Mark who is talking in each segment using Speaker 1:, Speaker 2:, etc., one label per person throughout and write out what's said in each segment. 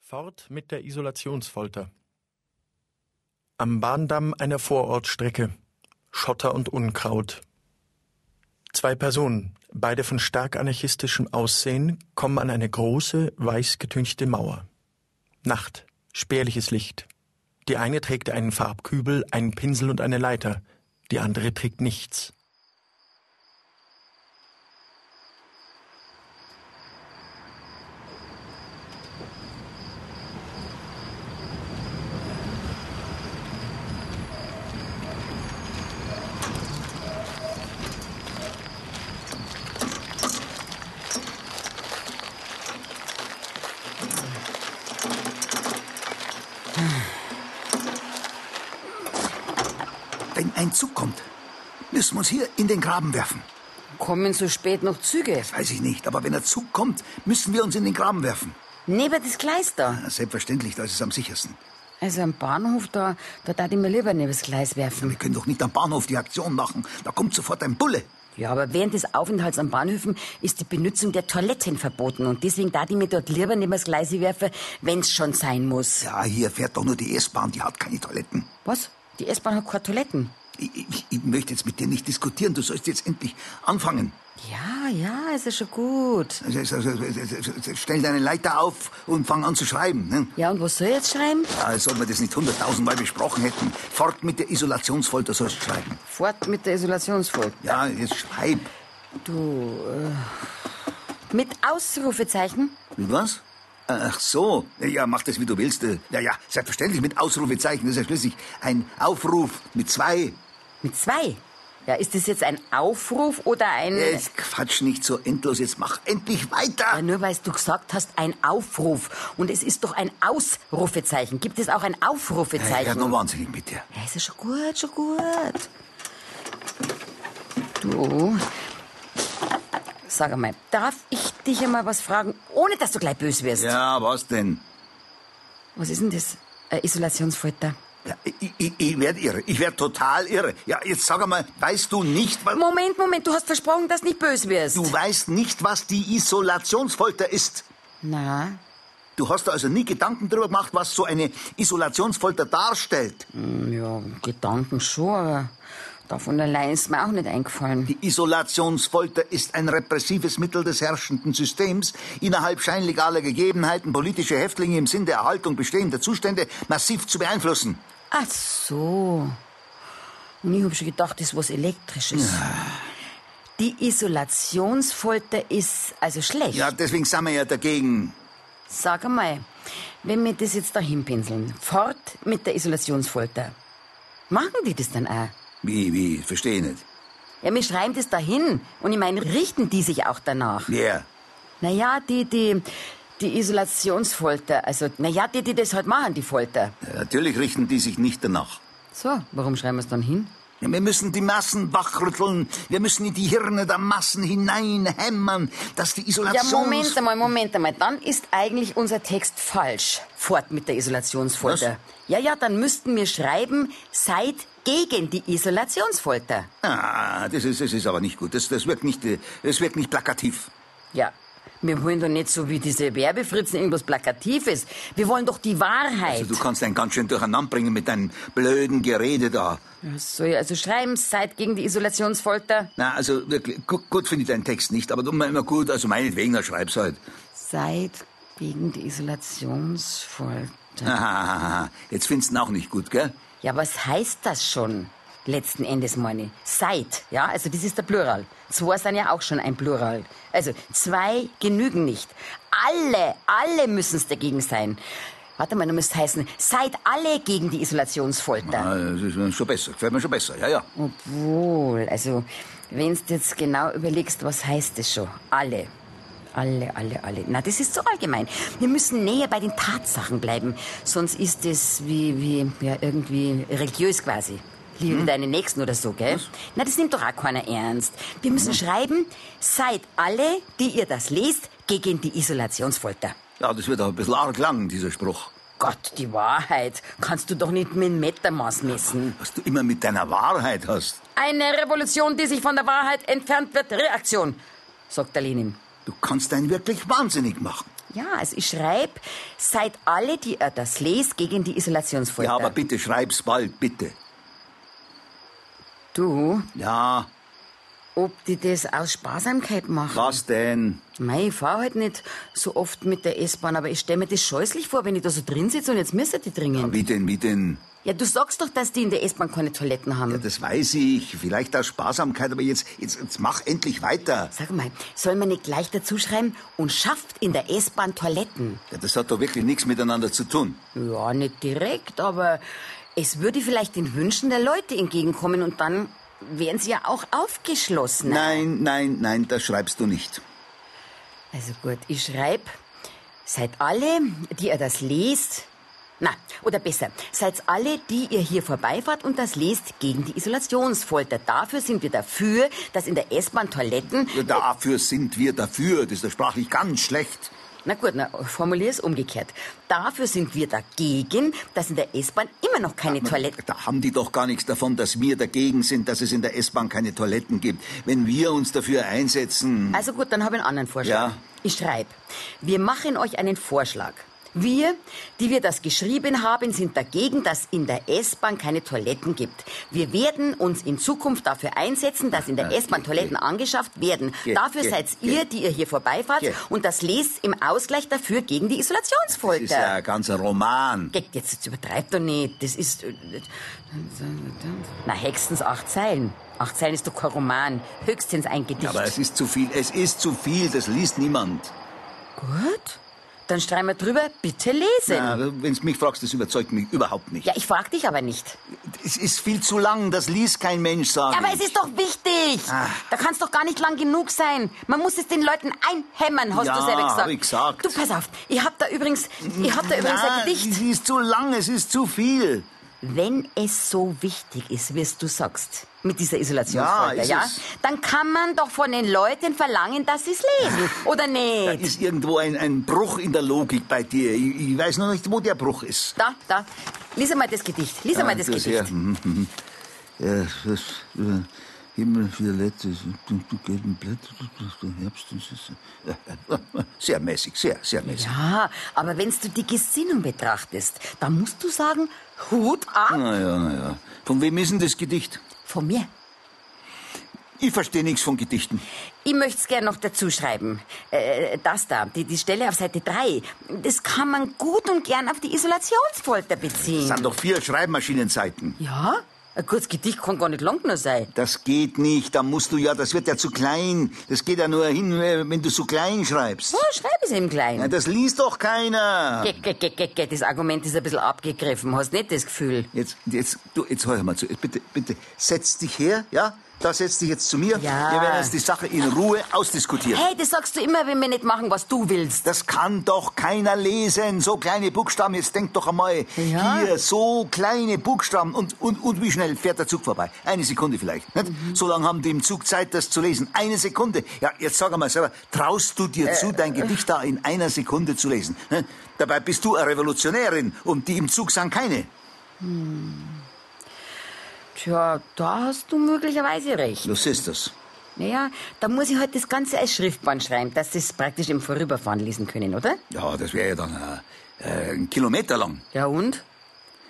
Speaker 1: Fort mit der Isolationsfolter. Am Bahndamm einer Vorortstrecke. Schotter und Unkraut. Zwei Personen, beide von stark anarchistischem Aussehen, kommen an eine große, weiß getünchte Mauer. Nacht, spärliches Licht. Die eine trägt einen Farbkübel, einen Pinsel und eine Leiter, die andere trägt nichts.
Speaker 2: Wenn ein Zug kommt, müssen wir uns hier in den Graben werfen.
Speaker 3: Kommen so spät noch Züge?
Speaker 2: Weiß ich nicht, aber wenn ein Zug kommt, müssen wir uns in den Graben werfen.
Speaker 3: Neben das Gleis da.
Speaker 2: Na, selbstverständlich, da ist es am sichersten.
Speaker 3: Also am Bahnhof da, da darf ich mir lieber neben das Gleis
Speaker 2: Wir
Speaker 3: werfen.
Speaker 2: können doch nicht am Bahnhof die Aktion machen. Da kommt sofort ein Bulle.
Speaker 3: Ja, aber während des Aufenthalts an Bahnhöfen ist die Benutzung der Toiletten verboten. Und deswegen darf ich mir dort lieber neben das Gleis werfen, wenn's schon sein muss.
Speaker 2: Ja, hier fährt doch nur die S-Bahn, die hat keine Toiletten.
Speaker 3: Was? Die S-Bahn hat keine Toiletten.
Speaker 2: Ich, ich, ich möchte jetzt mit dir nicht diskutieren. Du sollst jetzt endlich anfangen.
Speaker 3: Ja, ja, ist ja schon gut.
Speaker 2: Also, also, also, also, also, Stell deine Leiter auf und fang an zu schreiben. Ne?
Speaker 3: Ja, und was soll ich jetzt schreiben?
Speaker 2: Als ob wir das nicht hunderttausendmal besprochen hätten. Fort mit der Isolationsfolter sollst du schreiben.
Speaker 3: Fort mit der Isolationsfolge.
Speaker 2: Ja, jetzt schreib.
Speaker 3: Du, äh, mit Ausrufezeichen?
Speaker 2: Mit was? Ach so. Ja, mach das, wie du willst. Äh, Ja, ja, selbstverständlich mit Ausrufezeichen. Das ist ja schlüssig. Ein Aufruf mit zwei.
Speaker 3: Mit zwei? Ja, ist das jetzt ein Aufruf oder ein...
Speaker 2: Jetzt quatsch nicht so endlos. Jetzt mach endlich
Speaker 3: Ja,
Speaker 2: weiter.
Speaker 3: Ah, nur weil du gesagt hast, ein Aufruf. Und es ist doch ein Ausrufezeichen. Gibt es auch ein
Speaker 2: Ich
Speaker 3: Aufrufezeichen?
Speaker 2: werd nur wahnsinnig mit dir.
Speaker 3: Ja, ist ja schon gut, schon gut. Du, sag einmal, darf ich dich einmal was fragen, ohne dass du gleich böse wirst?
Speaker 2: Ja, was denn?
Speaker 3: Was ist denn das? Äh, Isolationsfolter.
Speaker 2: Ja, ich, ich, ich werd irre. Ich werd total irre. Ja, jetzt sag einmal, weißt du nicht, was...
Speaker 3: Moment, Moment, du hast versprochen, dass du nicht böse wirst.
Speaker 2: Du weißt nicht, was die Isolationsfolter ist.
Speaker 3: Na,
Speaker 2: Du hast dir also nie Gedanken darüber gemacht, was so eine Isolationsfolter darstellt.
Speaker 3: hm, ja, Gedanken schon, aber davon allein ist mir auch nicht eingefallen.
Speaker 2: Die Isolationsfolter ist ein repressives Mittel des herrschenden Systems, innerhalb scheinlegaler Gegebenheiten politische Häftlinge im Sinn der Erhaltung bestehender Zustände massiv zu beeinflussen.
Speaker 3: Ach so. Und ich hab schon gedacht, das ist was Elektrisches. Die Isolationsfolter ist also schlecht.
Speaker 2: Ja, deswegen sind wir ja dagegen.
Speaker 3: Sag einmal, wenn wir das jetzt da hinpinseln, fort mit der Isolationsfolter. Machen die das dann auch?
Speaker 2: Wie, wie, verstehe nicht.
Speaker 3: Ja, wir schreiben das dahin. Und ich meine, richten die sich auch danach?
Speaker 2: Wer?
Speaker 3: Naja, die, die, die Isolationsfolter. Also, naja, die, die das halt machen, die Folter.
Speaker 2: Ja, natürlich richten die sich nicht danach.
Speaker 3: So, warum schreiben wir es dann hin?
Speaker 2: Ja, wir müssen die Massen wachrütteln. Wir müssen in die Hirne der Massen hineinhämmern, dass die
Speaker 3: Ja,
Speaker 2: Isolations...
Speaker 3: Moment einmal, Moment einmal. Dann ist eigentlich unser Text falsch. Fort mit der Isolationsfolter.
Speaker 2: Was?
Speaker 3: Ja, ja, dann müssten wir schreiben, seid gegen die Isolationsfolter.
Speaker 2: Ah, das ist, das ist aber nicht gut. Das, das, wirkt nicht, äh, das wirkt nicht plakativ.
Speaker 3: Ja, wir wollen doch nicht so wie diese Werbefritzen irgendwas Plakatives. Wir wollen doch die Wahrheit.
Speaker 2: Also, du kannst einen ganz schön durcheinander bringen mit deinem blöden Gerede da.
Speaker 3: Was soll ich also schreiben, seid gegen die Isolationsfolter.
Speaker 2: Na, also wirklich, gut, gut finde ich deinen Text nicht, aber du immer gut, also meinetwegen, dann schreib's halt.
Speaker 3: Seid gegen die Isolationsfolter.
Speaker 2: Ahahaha. Jetzt findest du ihn auch nicht gut, gell?
Speaker 3: Ja, was heißt das schon? Letzten Endes meine ich. Seid, ja, also das ist der Plural. Zwei sind ja auch schon ein Plural. Also zwei genügen nicht. Alle, alle müssen es dagegen sein. Warte mal, du müsst heißen, seid alle gegen die Isolationsfolter.
Speaker 2: Ah, Das ist schon besser, gefällt mir schon besser, ja, ja.
Speaker 3: Obwohl, also wenn du jetzt genau überlegst, was heißt das schon? Alle. Alle, alle, alle. Na, das ist so allgemein. Wir müssen näher bei den Tatsachen bleiben. Sonst ist es wie, wie, ja, irgendwie religiös quasi. Liebe deine Nächsten oder so, gell? Na, das nimmt doch auch keiner ernst. Wir müssen schreiben, seid alle, die ihr das lest, gegen die Isolationsfolter.
Speaker 2: Ja, das wird auch ein bisschen arg lang, dieser Spruch.
Speaker 3: Gott, die Wahrheit kannst du doch nicht mit dem Metermaß messen.
Speaker 2: Was du immer mit deiner Wahrheit hast.
Speaker 3: Eine Revolution, die sich von der Wahrheit entfernt wird. Reaktion, sagt der Lenin.
Speaker 2: Du kannst einen wirklich wahnsinnig machen.
Speaker 3: Ja, also ich schreibe, seid alle, die ihr das lest, gegen die Isolationsfolter.
Speaker 2: Ja, aber bitte schreib's bald, bitte.
Speaker 3: Du,
Speaker 2: Ja,
Speaker 3: ob die das aus Sparsamkeit machen?
Speaker 2: was denn?
Speaker 3: Mei, ich fahr halt nicht so oft mit der S-Bahn, aber ich stell mir das scheußlich vor, wenn ich da so drin sitze und jetzt müsste die dringend.
Speaker 2: Wie denn, wie denn?
Speaker 3: Ja, du sagst doch, dass die in der S-Bahn keine Toiletten haben.
Speaker 2: Ja, das weiß ich. Vielleicht aus Sparsamkeit, aber jetzt, jetzt, jetzt mach endlich weiter.
Speaker 3: Sag mal, soll man nicht gleich dazu schreiben und schafft in der S-Bahn Toiletten?
Speaker 2: Ja, das hat doch wirklich nichts miteinander zu tun.
Speaker 3: Ja, nicht direkt, aber es würde vielleicht den Wünschen der Leute entgegenkommen und dann wären sie ja auch aufgeschlossen.
Speaker 2: Nein, nein, nein, das schreibst du nicht.
Speaker 3: Also gut, ich schreibe, seid alle, die ihr das lest, na, oder besser, seid alle, die ihr hier vorbeifahrt und das lest, gegen die Isolationsfolter. Dafür sind wir dafür, dass in der S-Bahn Toiletten...
Speaker 2: Ja, Dafür sind wir dafür. Das ist ja sprachlich ganz schlecht.
Speaker 3: Na gut, na, formulier es umgekehrt. Dafür sind wir dagegen, dass in der S-Bahn immer noch keine Toiletten...
Speaker 2: Da haben die doch gar nichts davon, dass wir dagegen sind, dass es in der S-Bahn keine Toiletten gibt. Wenn wir uns dafür einsetzen.
Speaker 3: Also gut, dann habe ich einen anderen Vorschlag.
Speaker 2: Ja.
Speaker 3: Ich schreibe, wir machen euch einen Vorschlag. Wir, die wir das geschrieben haben, sind dagegen, dass in der S-Bahn keine Toiletten gibt. Wir werden uns in Zukunft dafür einsetzen, dass in der
Speaker 2: Ja,
Speaker 3: S-Bahn
Speaker 2: geh,
Speaker 3: Toiletten angeschafft werden.
Speaker 2: Geh,
Speaker 3: dafür
Speaker 2: geh,
Speaker 3: seid
Speaker 2: geh.
Speaker 3: ihr, die ihr hier vorbeifahrt,
Speaker 2: Geh.
Speaker 3: und das lest im Ausgleich dafür gegen die
Speaker 2: Das ist ja
Speaker 3: Isolationsfolter.
Speaker 2: ein ganzer Roman.
Speaker 3: Geh, Jetzt, jetzt übertreibt doch nicht. Das ist. äh, Na, höchstens acht Zeilen. Acht Zeilen ist doch kein Roman. Höchstens ein Gedicht.
Speaker 2: Aber es ist zu viel. Es ist zu viel. Das liest niemand.
Speaker 3: Gut, dann schreiben wir drüber, bitte lesen. Ja,
Speaker 2: Ja, Wenn du mich fragst, das überzeugt mich überhaupt nicht.
Speaker 3: ich frag dich aber nicht.
Speaker 2: Es ist viel zu lang. Das liest kein Mensch Ah. sagen.
Speaker 3: Aber es ist doch wichtig. Da kann es doch gar nicht lang genug sein. Man muss es den Leuten einhämmern, hast
Speaker 2: Ja,
Speaker 3: du selber gesagt.
Speaker 2: hab ich gesagt.
Speaker 3: Du, pass auf. Ich hab da übrigens, ich hab da übrigens
Speaker 2: Na,
Speaker 3: ein Gedicht.
Speaker 2: Es ist zu lang. Es ist zu viel.
Speaker 3: Wenn es so wichtig ist, wie es du sagst, mit dieser
Speaker 2: Ja,
Speaker 3: Isolationsfolge, ja,
Speaker 2: ist es.
Speaker 3: dann kann man doch von den Leuten verlangen, dass sie es lesen,
Speaker 2: Da
Speaker 3: oder nicht?
Speaker 2: ist irgendwo ein, ein Bruch in der Logik bei dir. Ich, ich weiß noch nicht, wo der Bruch ist.
Speaker 3: Da, da. Lies einmal das Gedicht. Lies einmal das
Speaker 2: Ja,
Speaker 3: Gedicht.
Speaker 2: ja, mhm, mhm. Ja, das, äh, Himmel, Violette, du, du gelben Blätter, du, du, du Herbst, das ist, äh, äh, sehr mäßig, sehr, sehr mäßig.
Speaker 3: Ja, aber wenn du die Gesinnung betrachtest, dann musst du sagen, Hut ab
Speaker 2: Na ja, na ja. Von wem ist denn das Gedicht?
Speaker 3: von mir.
Speaker 2: Ich verstehe nichts von Gedichten.
Speaker 3: Ich möcht's gern noch dazu schreiben. Äh, das da, die, die Stelle auf Seite 3, das kann man gut und gern auf die Isolationsfolter
Speaker 2: Es
Speaker 3: beziehen.
Speaker 2: sind doch vier Schreibmaschinenseiten.
Speaker 3: Ja? Ein kurzes Gedicht kann gar nicht lang nur sein.
Speaker 2: Das geht nicht, da musst du ja, das wird ja zu klein. Das geht ja nur hin, äh, wenn du zu klein schreibst.
Speaker 3: So, schreib es eben klein.
Speaker 2: Ja, das liest doch keiner.
Speaker 3: Geh, geh, geh, geh, geh, das Argument ist ein bisschen abgegriffen. Hast nicht das Gefühl?
Speaker 2: Jetzt, jetzt, du, jetzt hör mal zu. Jetzt Bitte, bitte, setz dich her, ja? Da setz dich jetzt zu mir.
Speaker 3: Ja.
Speaker 2: Wir werden jetzt die Sache in Ruhe ausdiskutieren.
Speaker 3: Hey, das sagst du immer, wenn wir nicht machen, was du willst.
Speaker 2: Das kann doch keiner lesen. So kleine Buchstaben, jetzt denk doch einmal.
Speaker 3: Ja.
Speaker 2: Hier, so kleine Buchstaben. Und, und, und wie schnell fährt der Zug vorbei? Eine Sekunde vielleicht. Nicht?
Speaker 3: Mhm.
Speaker 2: So lange haben die im Zug Zeit, das zu lesen. Eine Sekunde. Ja, jetzt sag einmal selber, traust du
Speaker 3: Äh,
Speaker 2: dir zu, dein Gedicht da in einer Sekunde zu lesen? Nicht? Dabei bist du eine Revolutionärin und die im Zug sind keine.
Speaker 3: Tja, da hast du möglicherweise recht.
Speaker 2: Du siehst das.
Speaker 3: Naja, da muss ich halt das Ganze als Schriftband schreiben, dass sie es praktisch im Vorüberfahren lesen können, oder?
Speaker 2: Ja, das wäre ja dann äh, äh, ein Kilometer lang.
Speaker 3: Ja und?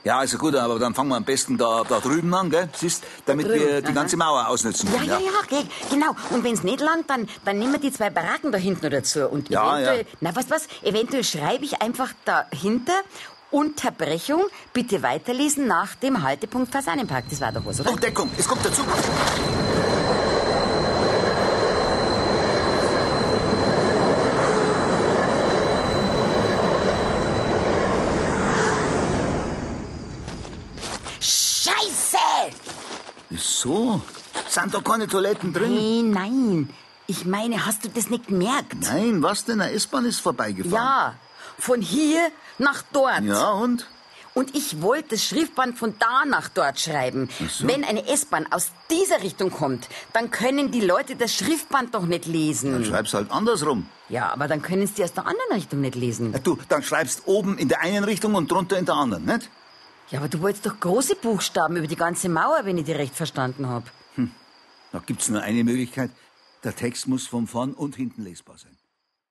Speaker 2: Ja, also gut, aber dann fangen wir am besten da, da drüben an, gell? Siehst, damit
Speaker 3: drüben,
Speaker 2: wir die
Speaker 3: aha.
Speaker 2: ganze Mauer ausnutzen
Speaker 3: Ja,
Speaker 2: können.
Speaker 3: ja, ja, ge- genau. Und wenn's nicht langt, dann, dann nehmen wir die zwei Baracken da hinten oder dazu. Und
Speaker 2: Ja,
Speaker 3: eventuell,
Speaker 2: ja.
Speaker 3: na was, was, eventuell schreibe ich einfach dahinter Unterbrechung, bitte weiterlesen nach dem Haltepunkt Fasanenpark. Das war doch was, oder?
Speaker 2: Oh, Deckung, es kommt der Zug.
Speaker 3: Scheiße!
Speaker 2: Wieso? Sind da keine Toiletten drin?
Speaker 3: Nee, Äh, nein. Ich meine, hast du das nicht gemerkt?
Speaker 2: Nein, was denn? Eine S-Bahn ist vorbeigefahren.
Speaker 3: Ja, von hier nach dort.
Speaker 2: Ja, und?
Speaker 3: Und ich wollte das Schriftband von da nach dort schreiben.
Speaker 2: so.
Speaker 3: Wenn eine S-Bahn aus dieser Richtung kommt, dann können die Leute das Schriftband doch nicht
Speaker 2: Dann
Speaker 3: lesen.
Speaker 2: schreib's halt andersrum.
Speaker 3: Ja, aber dann können sie aus der anderen Richtung nicht lesen.
Speaker 2: Ja, du, dann schreibst oben in der einen Richtung und drunter in der anderen, nicht?
Speaker 3: Ja, aber du wolltest doch große Buchstaben über die ganze Mauer, wenn ich dich recht verstanden habe.
Speaker 2: Da gibt's nur eine Möglichkeit. Der Text muss von vorn und hinten lesbar sein.